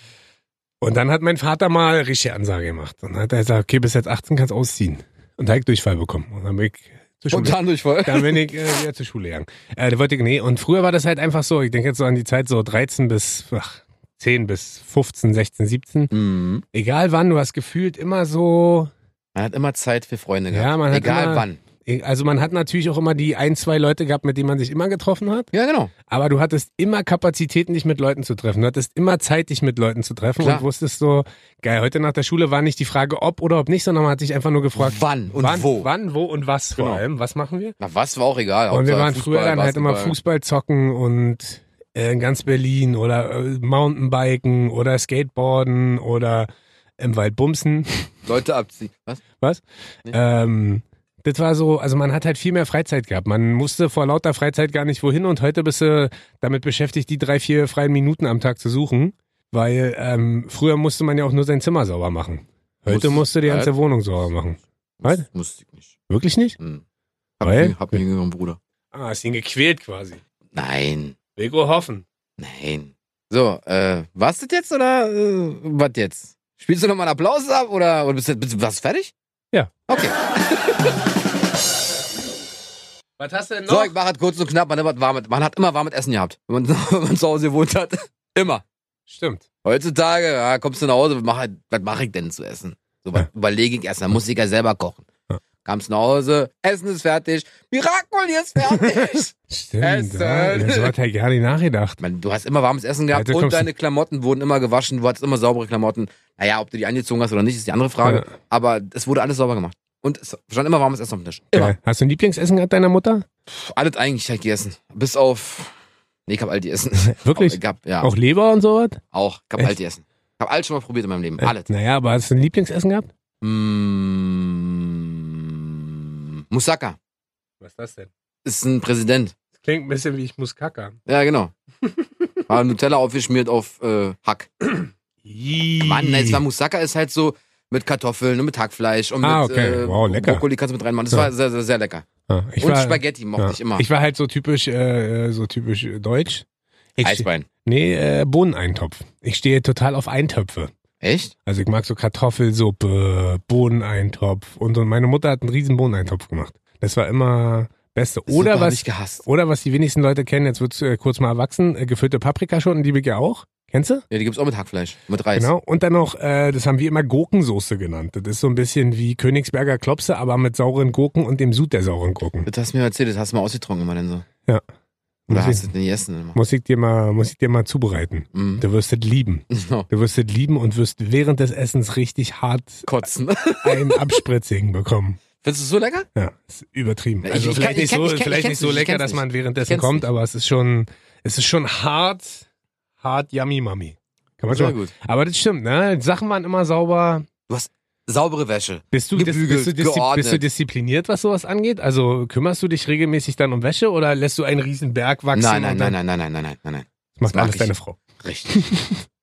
S1: Und dann hat mein Vater mal richtige Ansage gemacht. Und dann hat er gesagt, okay, bis jetzt 18 kannst ausziehen. Und da hab ich Durchfall bekommen. Und dann bin ich zur Schule
S2: Spontan durchfall.
S1: dann bin ich äh, wieder zur Schule gegangen. Äh, da wollte ich, nee, und früher war das halt einfach so, ich denke jetzt so an die Zeit so 13 bis ach, 10 bis 15, 16, 17.
S2: Mhm.
S1: Egal wann, du hast gefühlt immer so,
S2: Man hat immer Zeit für Freunde
S1: Ja,
S2: gehabt.
S1: man hat
S2: Egal
S1: immer-
S2: wann.
S1: also man hat natürlich auch immer die ein, zwei Leute gehabt, mit denen man sich immer getroffen hat,
S2: Ja, genau.
S1: aber du hattest immer Kapazitäten, dich mit Leuten zu treffen. Du hattest immer Zeit, dich mit Leuten zu treffen
S2: Klar.
S1: und wusstest so, geil, heute nach der Schule war nicht die Frage, ob oder ob nicht, sondern man hat sich einfach nur gefragt,
S2: Wann und
S1: wann,
S2: wo.
S1: wann, wo und was vor
S2: Genau.
S1: allem, was machen wir?
S2: Na, was war auch egal.
S1: Und wir
S2: Hauptsache
S1: waren
S2: Fußball,
S1: früher dann halt immer
S2: Basketball.
S1: Fußball zocken und äh, in ganz Berlin oder äh, Mountainbiken oder Skateboarden oder im Wald bumsen.
S2: Leute abziehen. Was?
S1: Was?
S2: Nee.
S1: Ähm, das war so, also man hat halt viel mehr Freizeit gehabt. Man musste vor lauter Freizeit gar nicht wohin und heute bist du damit beschäftigt, die drei, vier freien Minuten am Tag zu suchen. Weil ähm, früher musste man ja auch nur sein Zimmer sauber machen. Heute
S2: Muss-
S1: musst du die ganze
S2: halt.
S1: Wohnung sauber machen. Was?
S2: Musste ich nicht.
S1: Wirklich nicht?
S2: Hm.
S1: Weil?
S2: nie- hab nie genommen, Bruder.
S1: Ah, hast ihn gequält quasi.
S2: Nein.
S1: Vego Hoffen.
S2: Nein. So, äh, war's das jetzt oder äh, was jetzt? Spielst du nochmal einen Applaus ab oder, oder bist du bist, warst du fertig?
S1: Ja.
S2: Okay.
S1: Was hast du denn
S2: So, ich mache es kurz und knapp. Man hat, immer warmes- man hat immer warmes Essen gehabt, wenn man, wenn man zu Hause gewohnt hat. Immer.
S1: Stimmt.
S2: Heutzutage ja, kommst du nach Hause, mach, halt, was mache ich denn zu essen? So, was
S1: Ja.
S2: überlege ich erst, dann muss ich ja selber kochen.
S1: Ja.
S2: Kamst nach Hause, Essen ist fertig, Miracoli ist fertig.
S1: Stimmt.
S2: Essen.
S1: Ja, über so hat er gar nicht nachgedacht.
S2: Man, du hast immer warmes Essen gehabt
S1: Heute
S2: und
S1: kommst du-
S2: deine Klamotten wurden immer gewaschen, du hattest immer saubere Klamotten. Naja, ob du die angezogen hast oder nicht, ist die andere Frage.
S1: Ja.
S2: Aber es wurde alles sauber gemacht. Und es stand immer warmes Essen auf dem Tisch. Immer.
S1: Geil. Äh, Hast du ein Lieblingsessen gehabt deiner Mutter?
S2: Pff, Alles eigentlich halt gegessen. Bis auf. Nee, ich hab all die Essen.
S1: Wirklich?
S2: Ich hab, ja, auch.
S1: Auch Leber und sowas?
S2: Ich hab
S1: Echt?
S2: all die Essen. Ich hab alles schon mal probiert in meinem Leben.
S1: Äh,
S2: Alles.
S1: Naja, aber hast du ein Lieblingsessen gehabt?
S2: Mm, Moussaka
S1: Was ist das denn?
S2: ist ein Präsident.
S1: Das klingt ein bisschen wie ich muss kackern.
S2: Ja, genau. War Nutella aufgeschmiert auf äh, Hack. Mann, nein, es war Moussaka ist halt so mit Kartoffeln und mit Hackfleisch und mit
S1: Ah, okay.
S2: äh,
S1: Wow, lecker.
S2: Brokkoli kannst du mit reinmachen. Das
S1: Ja.
S2: war sehr, sehr, sehr lecker.
S1: ah, ich
S2: und
S1: war,
S2: Spaghetti mochte
S1: ja.
S2: ich immer.
S1: Ich war halt so typisch, äh, so typisch äh, deutsch. Ich
S2: Eisbein.
S1: nee, äh, Bohneneintopf. Ich stehe total auf Eintöpfe.
S2: Echt?
S1: Also ich mag so Kartoffelsuppe, Bohneneintopf und so. Meine Mutter hat einen riesen Bohneneintopf gemacht. Das war immer Beste. Oder
S2: Super, hab
S1: was
S2: ich gehasst.
S1: Oder was die wenigsten Leute kennen, jetzt wird's äh, kurz mal erwachsen, äh, gefüllte Paprikaschoten, die liebe ich ja auch. Kennst du?
S2: Ja, die gibt's auch mit Hackfleisch, mit Reis.
S1: Genau. Und dann noch, äh, das haben wir immer Gurkensoße genannt. Das ist so ein bisschen wie Königsberger Klopse, aber mit sauren Gurken und dem Sud der sauren Gurken.
S2: Das hast du mir erzählt, das hast du mal ausgetrunken immer dann so. Oder
S1: Muss
S2: hast
S1: ich,
S2: du den Jessen immer?
S1: muss ich dir mal, muss ich dir mal zubereiten.
S2: Mhm.
S1: Du wirst es lieben.
S2: Genau.
S1: Du wirst es lieben und wirst während des Essens richtig hart
S2: Kotzen.
S1: ein Abspritzigen bekommen.
S2: Findest du es so lecker?
S1: Ja, ist übertrieben.
S2: Ich-
S1: Also
S2: ich
S1: vielleicht
S2: kann- ich
S1: nicht
S2: kann-
S1: so,
S2: ich kann- ich
S1: vielleicht
S2: kenn's
S1: nicht so
S2: nicht, ich
S1: lecker,
S2: kenn's
S1: dass man währenddessen
S2: kenn's
S1: kommt,
S2: nicht.
S1: aber es ist schon, es ist schon hart, hart yummy mummy. Kann man
S2: Sehr
S1: schon.
S2: gut.
S1: Aber das stimmt, ne? Die Sachen waren immer sauber.
S2: Saubere Wäsche.
S1: Bist du, dis-
S2: Gebügelt,
S1: bist, du diszi- bist du
S2: geordnet.
S1: diszipliniert, was sowas angeht? Also kümmerst du dich regelmäßig dann um Wäsche oder lässt du einen riesen Berg wachsen?
S2: Nein, nein,
S1: und
S2: nein,
S1: dann-
S2: nein, nein, nein, nein, nein, nein, nein.
S1: Das macht
S2: mag
S1: alles
S2: ich.
S1: deine Frau.
S2: Richtig.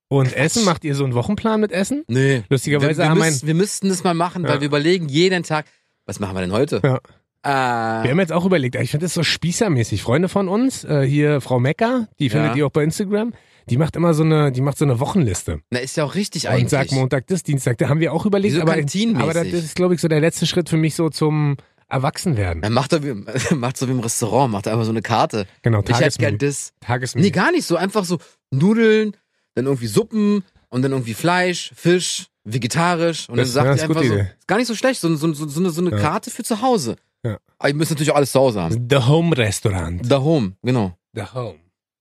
S1: Und Essen, macht ihr so einen Wochenplan mit Essen?
S2: Nee.
S1: Lustigerweise
S2: wir, wir,
S1: haben
S2: müssen, wir müssten das mal machen,
S1: Ja.
S2: weil wir überlegen jeden Tag, was machen wir denn heute?
S1: Ja. Wir
S2: Äh,
S1: haben jetzt auch überlegt, ich finde das so spießermäßig. Freunde von uns, äh, hier Frau Mecker, die findet
S2: Ja.
S1: ihr auch bei Instagram, die macht immer so eine, die macht so eine Wochenliste
S2: na, ist ja auch richtig
S1: und
S2: eigentlich.
S1: sagt Montag das, Dienstag, da haben wir auch überlegt,
S2: Wie so
S1: aber,
S2: kantinenmäßig.
S1: aber das ist, glaube ich, so der letzte Schritt für mich so zum Erwachsenwerden.
S2: Dann macht er wie, macht so wie im Restaurant, macht er einfach so eine Karte.
S1: Genau,
S2: Ich hätte
S1: Tagesmenü. Hm.
S2: gern das. Nee,
S1: Tagesmenü.
S2: gar nicht. So einfach so Nudeln, dann irgendwie Suppen und dann irgendwie Fleisch, Fisch, vegetarisch. Und
S1: Das-
S2: dann sagt
S1: ja,
S2: ihr
S1: ist
S2: einfach
S1: gute
S2: so,
S1: Idee.
S2: ist gar nicht so schlecht, so, so, so, so eine, so eine
S1: Ja.
S2: Karte für zu Hause.
S1: Ja.
S2: Aber ihr müsst natürlich auch alles zu Hause haben.
S1: The Home Restaurant.
S2: Da home, genau.
S1: The Home.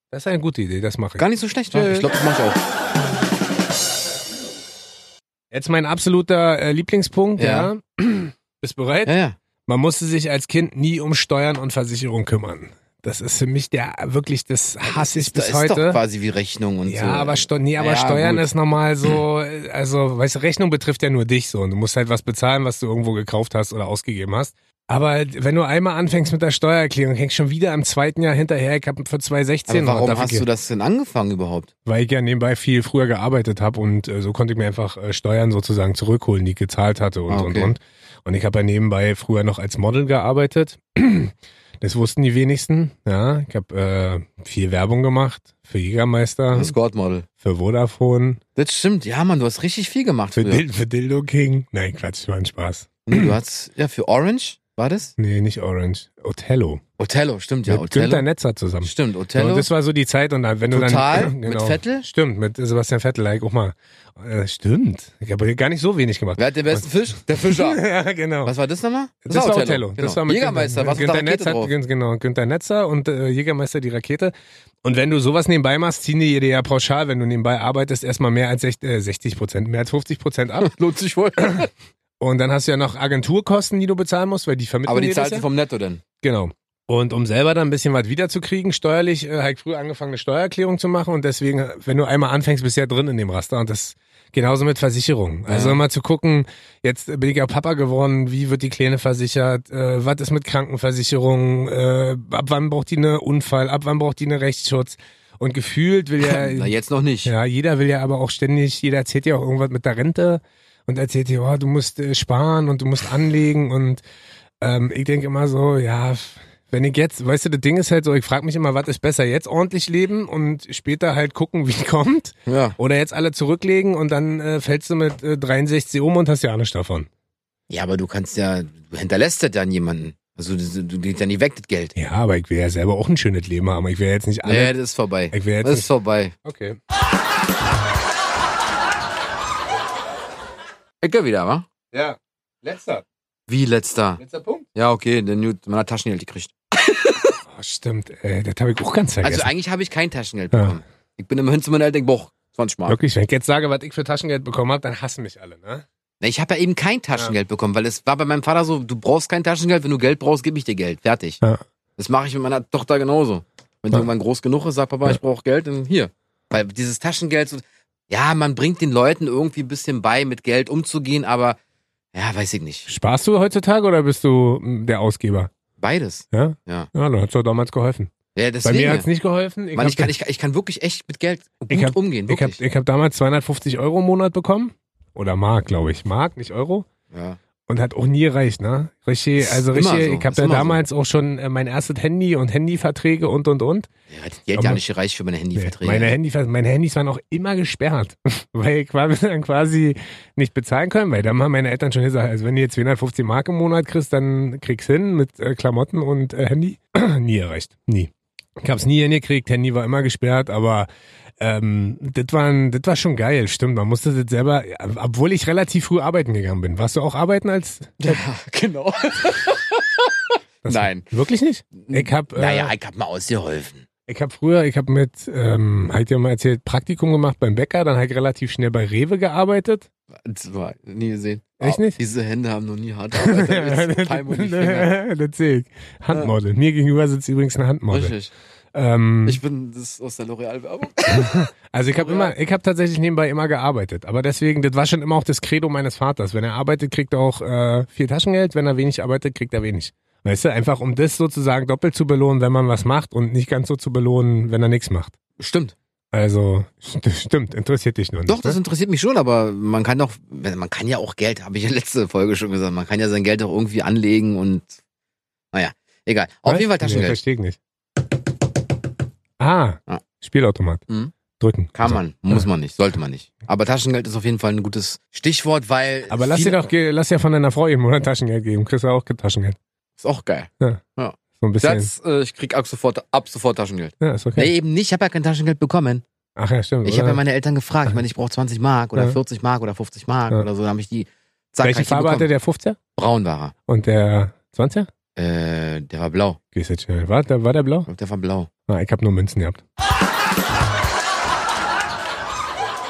S1: Das ist eine gute Idee, das mache ich.
S2: Gar nicht so schlecht. Äh,
S1: Ja.
S2: Ich glaube, das mache ich auch.
S1: Jetzt mein absoluter äh, Lieblingspunkt, ja.
S2: Ja.
S1: Bist bereit?
S2: Ja, ja.
S1: Man musste sich als Kind nie um Steuern und Versicherung kümmern. Das ist für mich der wirklich, das hasse ich
S2: Da
S1: bis
S2: ist doch
S1: heute.
S2: quasi wie Rechnung und
S1: ja,
S2: so.
S1: aber, Steu nee, aber
S2: Ja,
S1: Steuern
S2: gut.
S1: ist nochmal so, äh, also, weißt du, Rechnung betrifft ja nur dich so und du musst halt was bezahlen, was du irgendwo gekauft hast oder ausgegeben hast. Aber wenn du einmal anfängst mit der Steuererklärung, hängst schon wieder am zweiten Jahr hinterher. Ich habe für 2016
S2: aber
S1: noch
S2: warum
S1: dafür
S2: hast du das denn angefangen überhaupt?
S1: weil ich ja nebenbei viel früher gearbeitet habe und äh, so konnte ich mir einfach äh, Steuern sozusagen zurückholen, die ich gezahlt hatte und
S2: Ah,
S1: und
S2: okay.
S1: und. Und ich habe ja nebenbei früher noch als Model gearbeitet. Das wussten die wenigsten. Ja, ich habe äh, viel Werbung gemacht für Jägermeister,
S2: Das Godmodel.
S1: für Vodafone,
S2: Das stimmt. Ja, Mann, du hast richtig viel gemacht.
S1: für,
S2: früher.
S1: Dil für Dildo King. Nein, Quatsch, war ein Spaß.
S2: Nee, du hast, ja, für Orange war das?
S1: Nee, nicht Orange. Othello.
S2: Othello, stimmt, ja,
S1: mit Günther
S2: Othello.
S1: Netzer zusammen.
S2: Stimmt,
S1: Ja,
S2: Othello.
S1: Und das war so die Zeit und dann, wenn du
S2: Total,
S1: dann
S2: mit Vettel?
S1: Stimmt, mit Sebastian Vettel, like, auch mal. Äh, stimmt. Ich habe gar nicht so wenig gemacht.
S2: Wer hat den besten Fisch? Der Fischer.
S1: ja, genau.
S2: Was war das nochmal?
S1: Das, war Othello.
S2: Genau.
S1: Das war mit
S2: Jägermeister,
S1: Günther,
S2: was ist da
S1: Günther
S2: Rakete
S1: Netzer,
S2: drauf?
S1: Gün- Genau, Günther Netzer und äh, Jägermeister die Rakete. Und wenn du sowas nebenbei machst, ziehen die dir ja pauschal, wenn du nebenbei arbeitest, erstmal mehr als sech- äh, 60 Prozent, mehr als 50 Prozent ab.
S2: Lohnt sich wohl.
S1: und dann hast du ja noch Agenturkosten, die du bezahlen musst, weil die vermitteln
S2: Aber die
S1: dir das
S2: zahlt
S1: ja.
S2: sie vom Netto denn.
S1: Genau. Und um selber dann ein bisschen was wiederzukriegen, steuerlich, äh, habe ich früh angefangen, eine Steuererklärung zu machen. Und deswegen, äh, wenn du einmal anfängst, bist du ja drin in dem Raster. Und das genauso mit Versicherungen. Also
S2: Ja.
S1: immer zu gucken, jetzt bin ich ja Papa geworden, wie wird die Kleine versichert, äh, was ist mit Krankenversicherung, äh, ab wann braucht die eine Unfall, ab wann braucht die eine Rechtsschutz. Und gefühlt will
S2: Na,
S1: ja,
S2: jetzt noch nicht.
S1: ja, jeder will ja aber auch ständig, jeder erzählt ja auch irgendwas mit der Rente und erzählt dir, oh, du musst äh, sparen und du musst anlegen und ähm, ich denke immer so, ja, f- wenn ich jetzt, weißt du, das Ding ist halt so, ich frage mich immer, was ist besser, jetzt ordentlich leben und später halt gucken, wie kommt
S2: Ja.
S1: oder jetzt alle zurücklegen und dann äh, fällst du mit äh, 63 um und hast ja nichts davon.
S2: Ja, aber du kannst ja, du hinterlässt das ja an jemanden. Also du, du geht ja nicht weg, das Geld.
S1: Ja, aber ich will ja selber auch ein schönes Leben haben, ich will ja jetzt nicht alle...
S2: Nee, das ist vorbei.
S1: Ich will jetzt
S2: Das
S1: nicht-
S2: ist vorbei.
S1: Okay.
S2: Ecke wieder, wa?
S1: Ja, letzter,
S2: Wie letzter.
S1: letzter Punkt.
S2: Ja, okay, denn gut, man hat Taschengeld gekriegt.
S1: Oh, stimmt, ey, das habe ich auch ganz vergessen.
S2: Also eigentlich habe ich kein Taschengeld
S1: Ja.
S2: bekommen. Ich bin immer hin zu meinen Eltern, boah, 20 Mark.
S1: Wirklich, wenn ich jetzt sage, was ich für Taschengeld bekommen habe, dann hassen mich alle, ne?
S2: Na, Ich habe ja eben kein Taschengeld bekommen, weil es war bei meinem Vater so, du brauchst kein Taschengeld, wenn du Geld brauchst, gebe ich dir Geld. Fertig.
S1: Ja.
S2: Das mache ich mit meiner Tochter genauso. Wenn sie
S1: Ja.
S2: irgendwann groß genug ist, sagt Papa,
S1: Ja.
S2: ich brauche Geld, dann hier. Weil dieses Taschengeld, so, ja, man bringt den Leuten irgendwie ein bisschen bei, mit Geld umzugehen, aber ja, weiß ich nicht.
S1: Sparst du heutzutage oder bist du mm, der Ausgeber?
S2: Beides.
S1: Ja?
S2: Ja.
S1: Ja, dann hat's doch damals geholfen. Bei
S2: Ja,
S1: mir
S2: deswegen.
S1: hat's nicht geholfen.
S2: Mann,
S1: hab-
S2: ich, kann, ich, kann- ich kann wirklich echt mit Geld gut
S1: Ich hab-
S2: umgehen.
S1: ich habe
S2: Wirklich.
S1: ich hab damals 250 Euro im Monat bekommen. Oder Mark, glaube ich. Mark, nicht Euro.
S2: ja.
S1: Und hat auch nie gereicht, ne? Richtig, also
S2: Ist immer
S1: richtig,
S2: so,
S1: ich habe
S2: ist
S1: ja
S2: immer so.
S1: damals auch schon äh, mein erstes Handy und Handyverträge und und und.
S2: ja, das Geld
S1: Aber-
S2: ja nicht gereicht für meine Handyverträge.
S1: Meine, Handy, meine Handys waren auch immer gesperrt, weil ich quasi- dann quasi nicht bezahlen können, weil dann haben meine Eltern schon gesagt, also wenn du jetzt 250 Mark im Monat kriegst, dann kriegst hin mit äh, Klamotten und äh, Handy. nie erreicht, nie. Ich hab's nie hingekriegt, Handy war immer gesperrt, aber ähm, das waren- das war schon geil, stimmt. Man musste das selber, obwohl ich relativ früh arbeiten gegangen bin. Warst du auch arbeiten als?
S2: ja, genau.
S1: Das-
S2: Nein.
S1: Wirklich nicht? Ich hab, äh,
S2: naja, ich habe mal ausgeholfen.
S1: Ich habe früher, ich habe mit, ähm, hab ich dir mal erzählt, Praktikum gemacht beim Bäcker, dann habe ich relativ schnell bei Rewe gearbeitet.
S2: Das war nie gesehen.
S1: Echt nicht?
S2: Diese Hände haben noch nie hart gearbeitet. Mit Palm und die Finger.
S1: das sehe ich. Handmodel. Mir gegenüber sitzt übrigens eine Handmodel.
S2: Richtig.
S1: Ähm,
S2: Ich bin das aus der L'Oreal-Werbung.
S1: also ich habe immer, ich habe tatsächlich nebenbei immer gearbeitet. Aber deswegen, das war schon immer auch das Credo meines Vaters. Wenn er arbeitet, kriegt er auch äh, viel Taschengeld. Wenn er wenig arbeitet, kriegt er wenig. Weißt du, einfach um das sozusagen doppelt zu belohnen, wenn man was macht und nicht ganz so zu belohnen, wenn er nichts macht.
S2: Stimmt.
S1: Also, st stimmt, interessiert dich nur nicht.
S2: Doch, das
S1: ne?
S2: interessiert mich schon, aber man kann doch, wenn- man kann ja auch Geld, habe ich ja letzte Folge schon gesagt, man kann ja sein Geld auch irgendwie anlegen und, naja, egal. Auf
S1: Was?
S2: jeden Fall
S1: Nee,
S2: Taschengeld.
S1: verstehe ich nicht. Ah,
S2: Ah.
S1: Spielautomat.
S2: Mhm.
S1: Drücken.
S2: Kann
S1: So.
S2: man, muss man nicht, sollte man nicht. Aber Taschengeld ist auf jeden Fall ein gutes Stichwort, weil.
S1: Aber lass dir
S2: viele-
S1: doch, ge- lass dir von deiner Frau eben oder Taschengeld geben. Kriegst du auch Taschengeld.
S2: Ist auch geil.
S1: So ein bisschen.
S2: Das, äh, ich krieg ab sofort, ab sofort Taschengeld.
S1: ja, ist okay.
S2: Nee, eben nicht, ich habe ja kein Taschengeld bekommen.
S1: Ach ja, stimmt.
S2: Ich habe
S1: oder?
S2: ja meine Eltern gefragt, ich meine, ich brauche 20 Mark oder
S1: Ja.
S2: 40 Mark oder 50 Mark
S1: Ja.
S2: oder so, da habe ich die. Zack, hab
S1: Welche
S2: ich die
S1: Farbe hatte
S2: bekommen.
S1: der 15er?
S2: Braun war
S1: Und der 20er?
S2: er. Äh, der war blau.
S1: Gehst jetzt schnell. War der, war der blau?
S2: Ich glaub, Der war blau.
S1: Na, ich habe nur Münzen gehabt.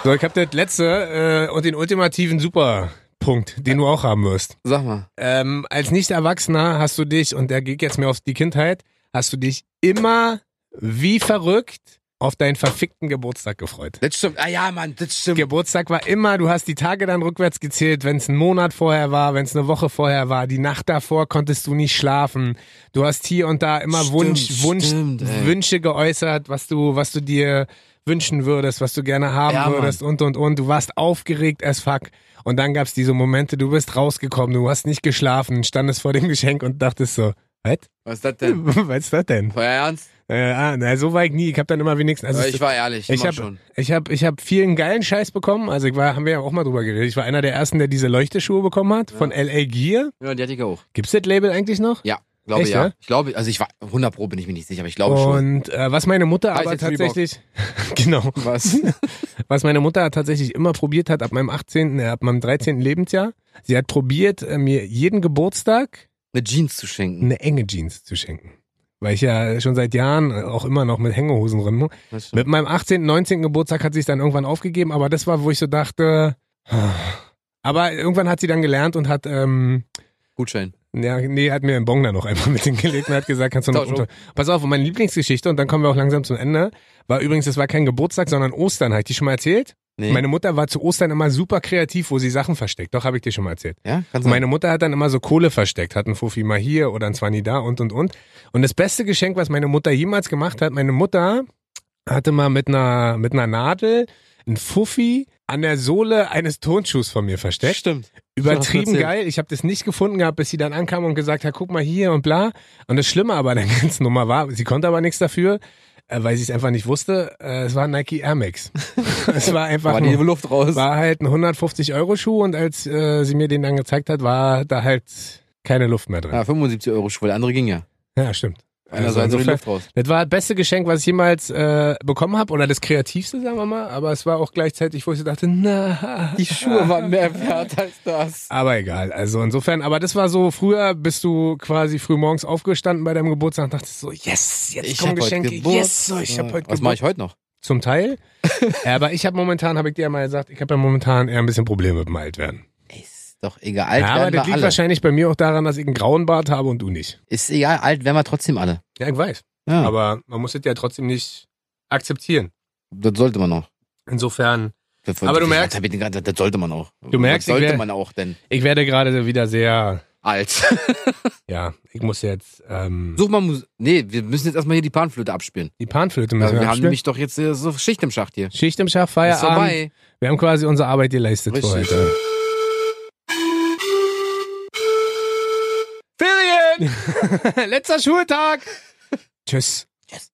S1: So, ich habe das letzte äh, und den ultimativen Superpunkt, den du auch haben wirst.
S2: Sag mal.
S1: Ähm, als Nicht-Erwachsener hast du dich, und da geht jetzt mehr auf die Kindheit, hast du dich immer wie verrückt auf deinen verfickten Geburtstag gefreut.
S2: Das stimmt. Ah ja, Mann, das stimmt.
S1: Geburtstag war immer, du hast die Tage dann rückwärts gezählt, wenn es ein Monat vorher war, wenn es eine Woche vorher war, die Nacht davor konntest du nicht schlafen. Du hast hier und da immer
S2: Stimmt,
S1: Wunsch, Wunsch,
S2: stimmt, ey.
S1: Wünsche geäußert, was du, was du dir wünschen würdest, was du gerne haben
S2: Ja, Mann.
S1: würdest und und und. Du warst aufgeregt as fuck. Und dann gab's diese Momente, du bist rausgekommen, du hast nicht geschlafen, standest vor dem Geschenk und dachtest so, was?
S2: Was ist das denn?
S1: Was ist das denn?
S2: War ernst?
S1: Äh, ah, na, so war ich nie. Ich habe dann immer wenigstens. Also
S2: Äh,
S1: es-
S2: ich war ehrlich,
S1: ich
S2: immer
S1: habe
S2: schon.
S1: ich hab, ich hab vielen geilen Scheiß bekommen. Also ich war, haben wir ja auch mal drüber geredet. Ich war einer der ersten, der diese Leuchteschuhe bekommen hat von LA Gear.
S2: Ja, die hatte ich auch.
S1: Gibt's das Label eigentlich noch?
S2: Ja, glaube
S1: Echt,
S2: ja.
S1: ja?
S2: Ich glaube, also ich war 100 Pro bin ich mir nicht sicher, aber ich glaube schon.
S1: Und äh, was meine Mutter
S2: Heißt
S1: aber
S2: jetzt Reebok.
S1: tatsächlich, genau,
S2: Was?
S1: was meine Mutter tatsächlich immer probiert hat ab meinem 18., äh, ab meinem 13. Lebensjahr, sie hat probiert, äh, mir jeden Geburtstag
S2: Eine Jeans zu schenken.
S1: eine enge Jeans zu schenken. Weil ich ja schon seit Jahren äh, auch immer noch mit Hängehosen rin muss.
S2: Weißt du?
S1: Mit meinem 18., 19. Geburtstag hat sie es dann irgendwann aufgegeben, aber das war, wo ich so dachte. Aber irgendwann hat sie dann gelernt und hat, ähm,
S2: Gutschein.
S1: ja, nee, hat mir einen Bong dann noch einmal mit hingelegt und hat gesagt, kannst du noch
S2: Tausch um.
S1: unter. Pass auf, und meine Lieblingsgeschichte, und dann kommen wir auch langsam zum Ende, war übrigens, das war kein Geburtstag, sondern Ostern, habe ich dir schon mal erzählt?
S2: Nee.
S1: Meine Mutter war zu Ostern immer super kreativ, wo sie Sachen versteckt. Doch, habe ich dir schon mal erzählt.
S2: ja, kannst du
S1: Meine Mutter hat dann immer so Kohle versteckt, hat einen Fuffi mal hier oder einen Zwanni da und und und. Und das beste Geschenk, was meine Mutter jemals gemacht hat, meine Mutter hatte mal mit einer, mit einer Nadel einen Fuffi an der Sohle eines Tonschuhs von mir versteckt.
S2: Stimmt.
S1: Übertrieben
S2: erzählt.
S1: geil. Ich habe das nicht gefunden gehabt, bis sie dann ankam und gesagt hat, guck mal hier und bla. Und das Schlimme aber an der ganzen Nummer war, sie konnte aber nichts dafür, äh, weil sie es einfach nicht wusste, äh, es war Nike Air Max. es war einfach
S2: War die
S1: nur-
S2: Luft raus.
S1: war halt ein 150-Euro-Schuh und als äh, sie mir den dann gezeigt hat, war da halt keine Luft mehr drin. Ja,
S2: Ja, 75 Euro Schuhe, der andere ging ja.
S1: stimmt.
S2: Einer
S1: Also
S2: also, also die
S1: insofern-
S2: Luft raus.
S1: Das war das beste Geschenk, was ich jemals äh, bekommen habe oder das kreativste, sagen wir mal. Aber es war auch gleichzeitig, wo ich so dachte, na.
S2: Die Schuhe waren mehr wert als das.
S1: Aber egal, also insofern, aber das war so, früher bist du quasi früh morgens aufgestanden bei deinem Geburtstag und dachtest so, yes, jetzt kommen
S2: hab heute
S1: Geschenke,
S2: Geburtstag.
S1: yes, so, ich habe heute
S2: Was
S1: Geburtstag.
S2: mache ich heute noch?
S1: Zum Teil, aber ich habe momentan, habe ich dir ja mal gesagt, ich habe ja momentan eher ein bisschen Probleme mit dem Altwerden.
S2: Ist doch egal. Alt
S1: ja, aber
S2: werden wir
S1: das liegt
S2: alle.
S1: wahrscheinlich bei mir auch daran, dass ich einen grauen Bart habe und du nicht.
S2: Ist egal, alt werden wir trotzdem alle.
S1: Ja, ich weiß.
S2: Ja, aber
S1: Aber man muss es ja trotzdem nicht akzeptieren.
S2: das sollte man auch.
S1: Insofern,
S2: Das,
S1: Aber du
S2: das-
S1: merkst-
S2: das, hab ich nicht gesagt, das sollte man auch.
S1: Du merkst,
S2: das
S1: ich wär-
S2: sollte man auch, denn
S1: ich werde gerade wieder sehr,
S2: alt.
S1: ja, ich muss jetzt ähm,
S2: Such mal Musik. Nee, wir müssen jetzt erstmal hier die Panflöte abspielen.
S1: die Panflöte müssen
S2: Also wir haben
S1: abspielen.
S2: nämlich doch jetzt äh, so Schicht im Schacht hier.
S1: Schicht im Schach,
S2: Ist
S1: Feierabend.
S2: vorbei.
S1: Wir haben quasi unsere Arbeit geleistet für
S2: Richtig.
S1: heute.
S2: Ferien!
S1: Letzter Schultag! Tschüss.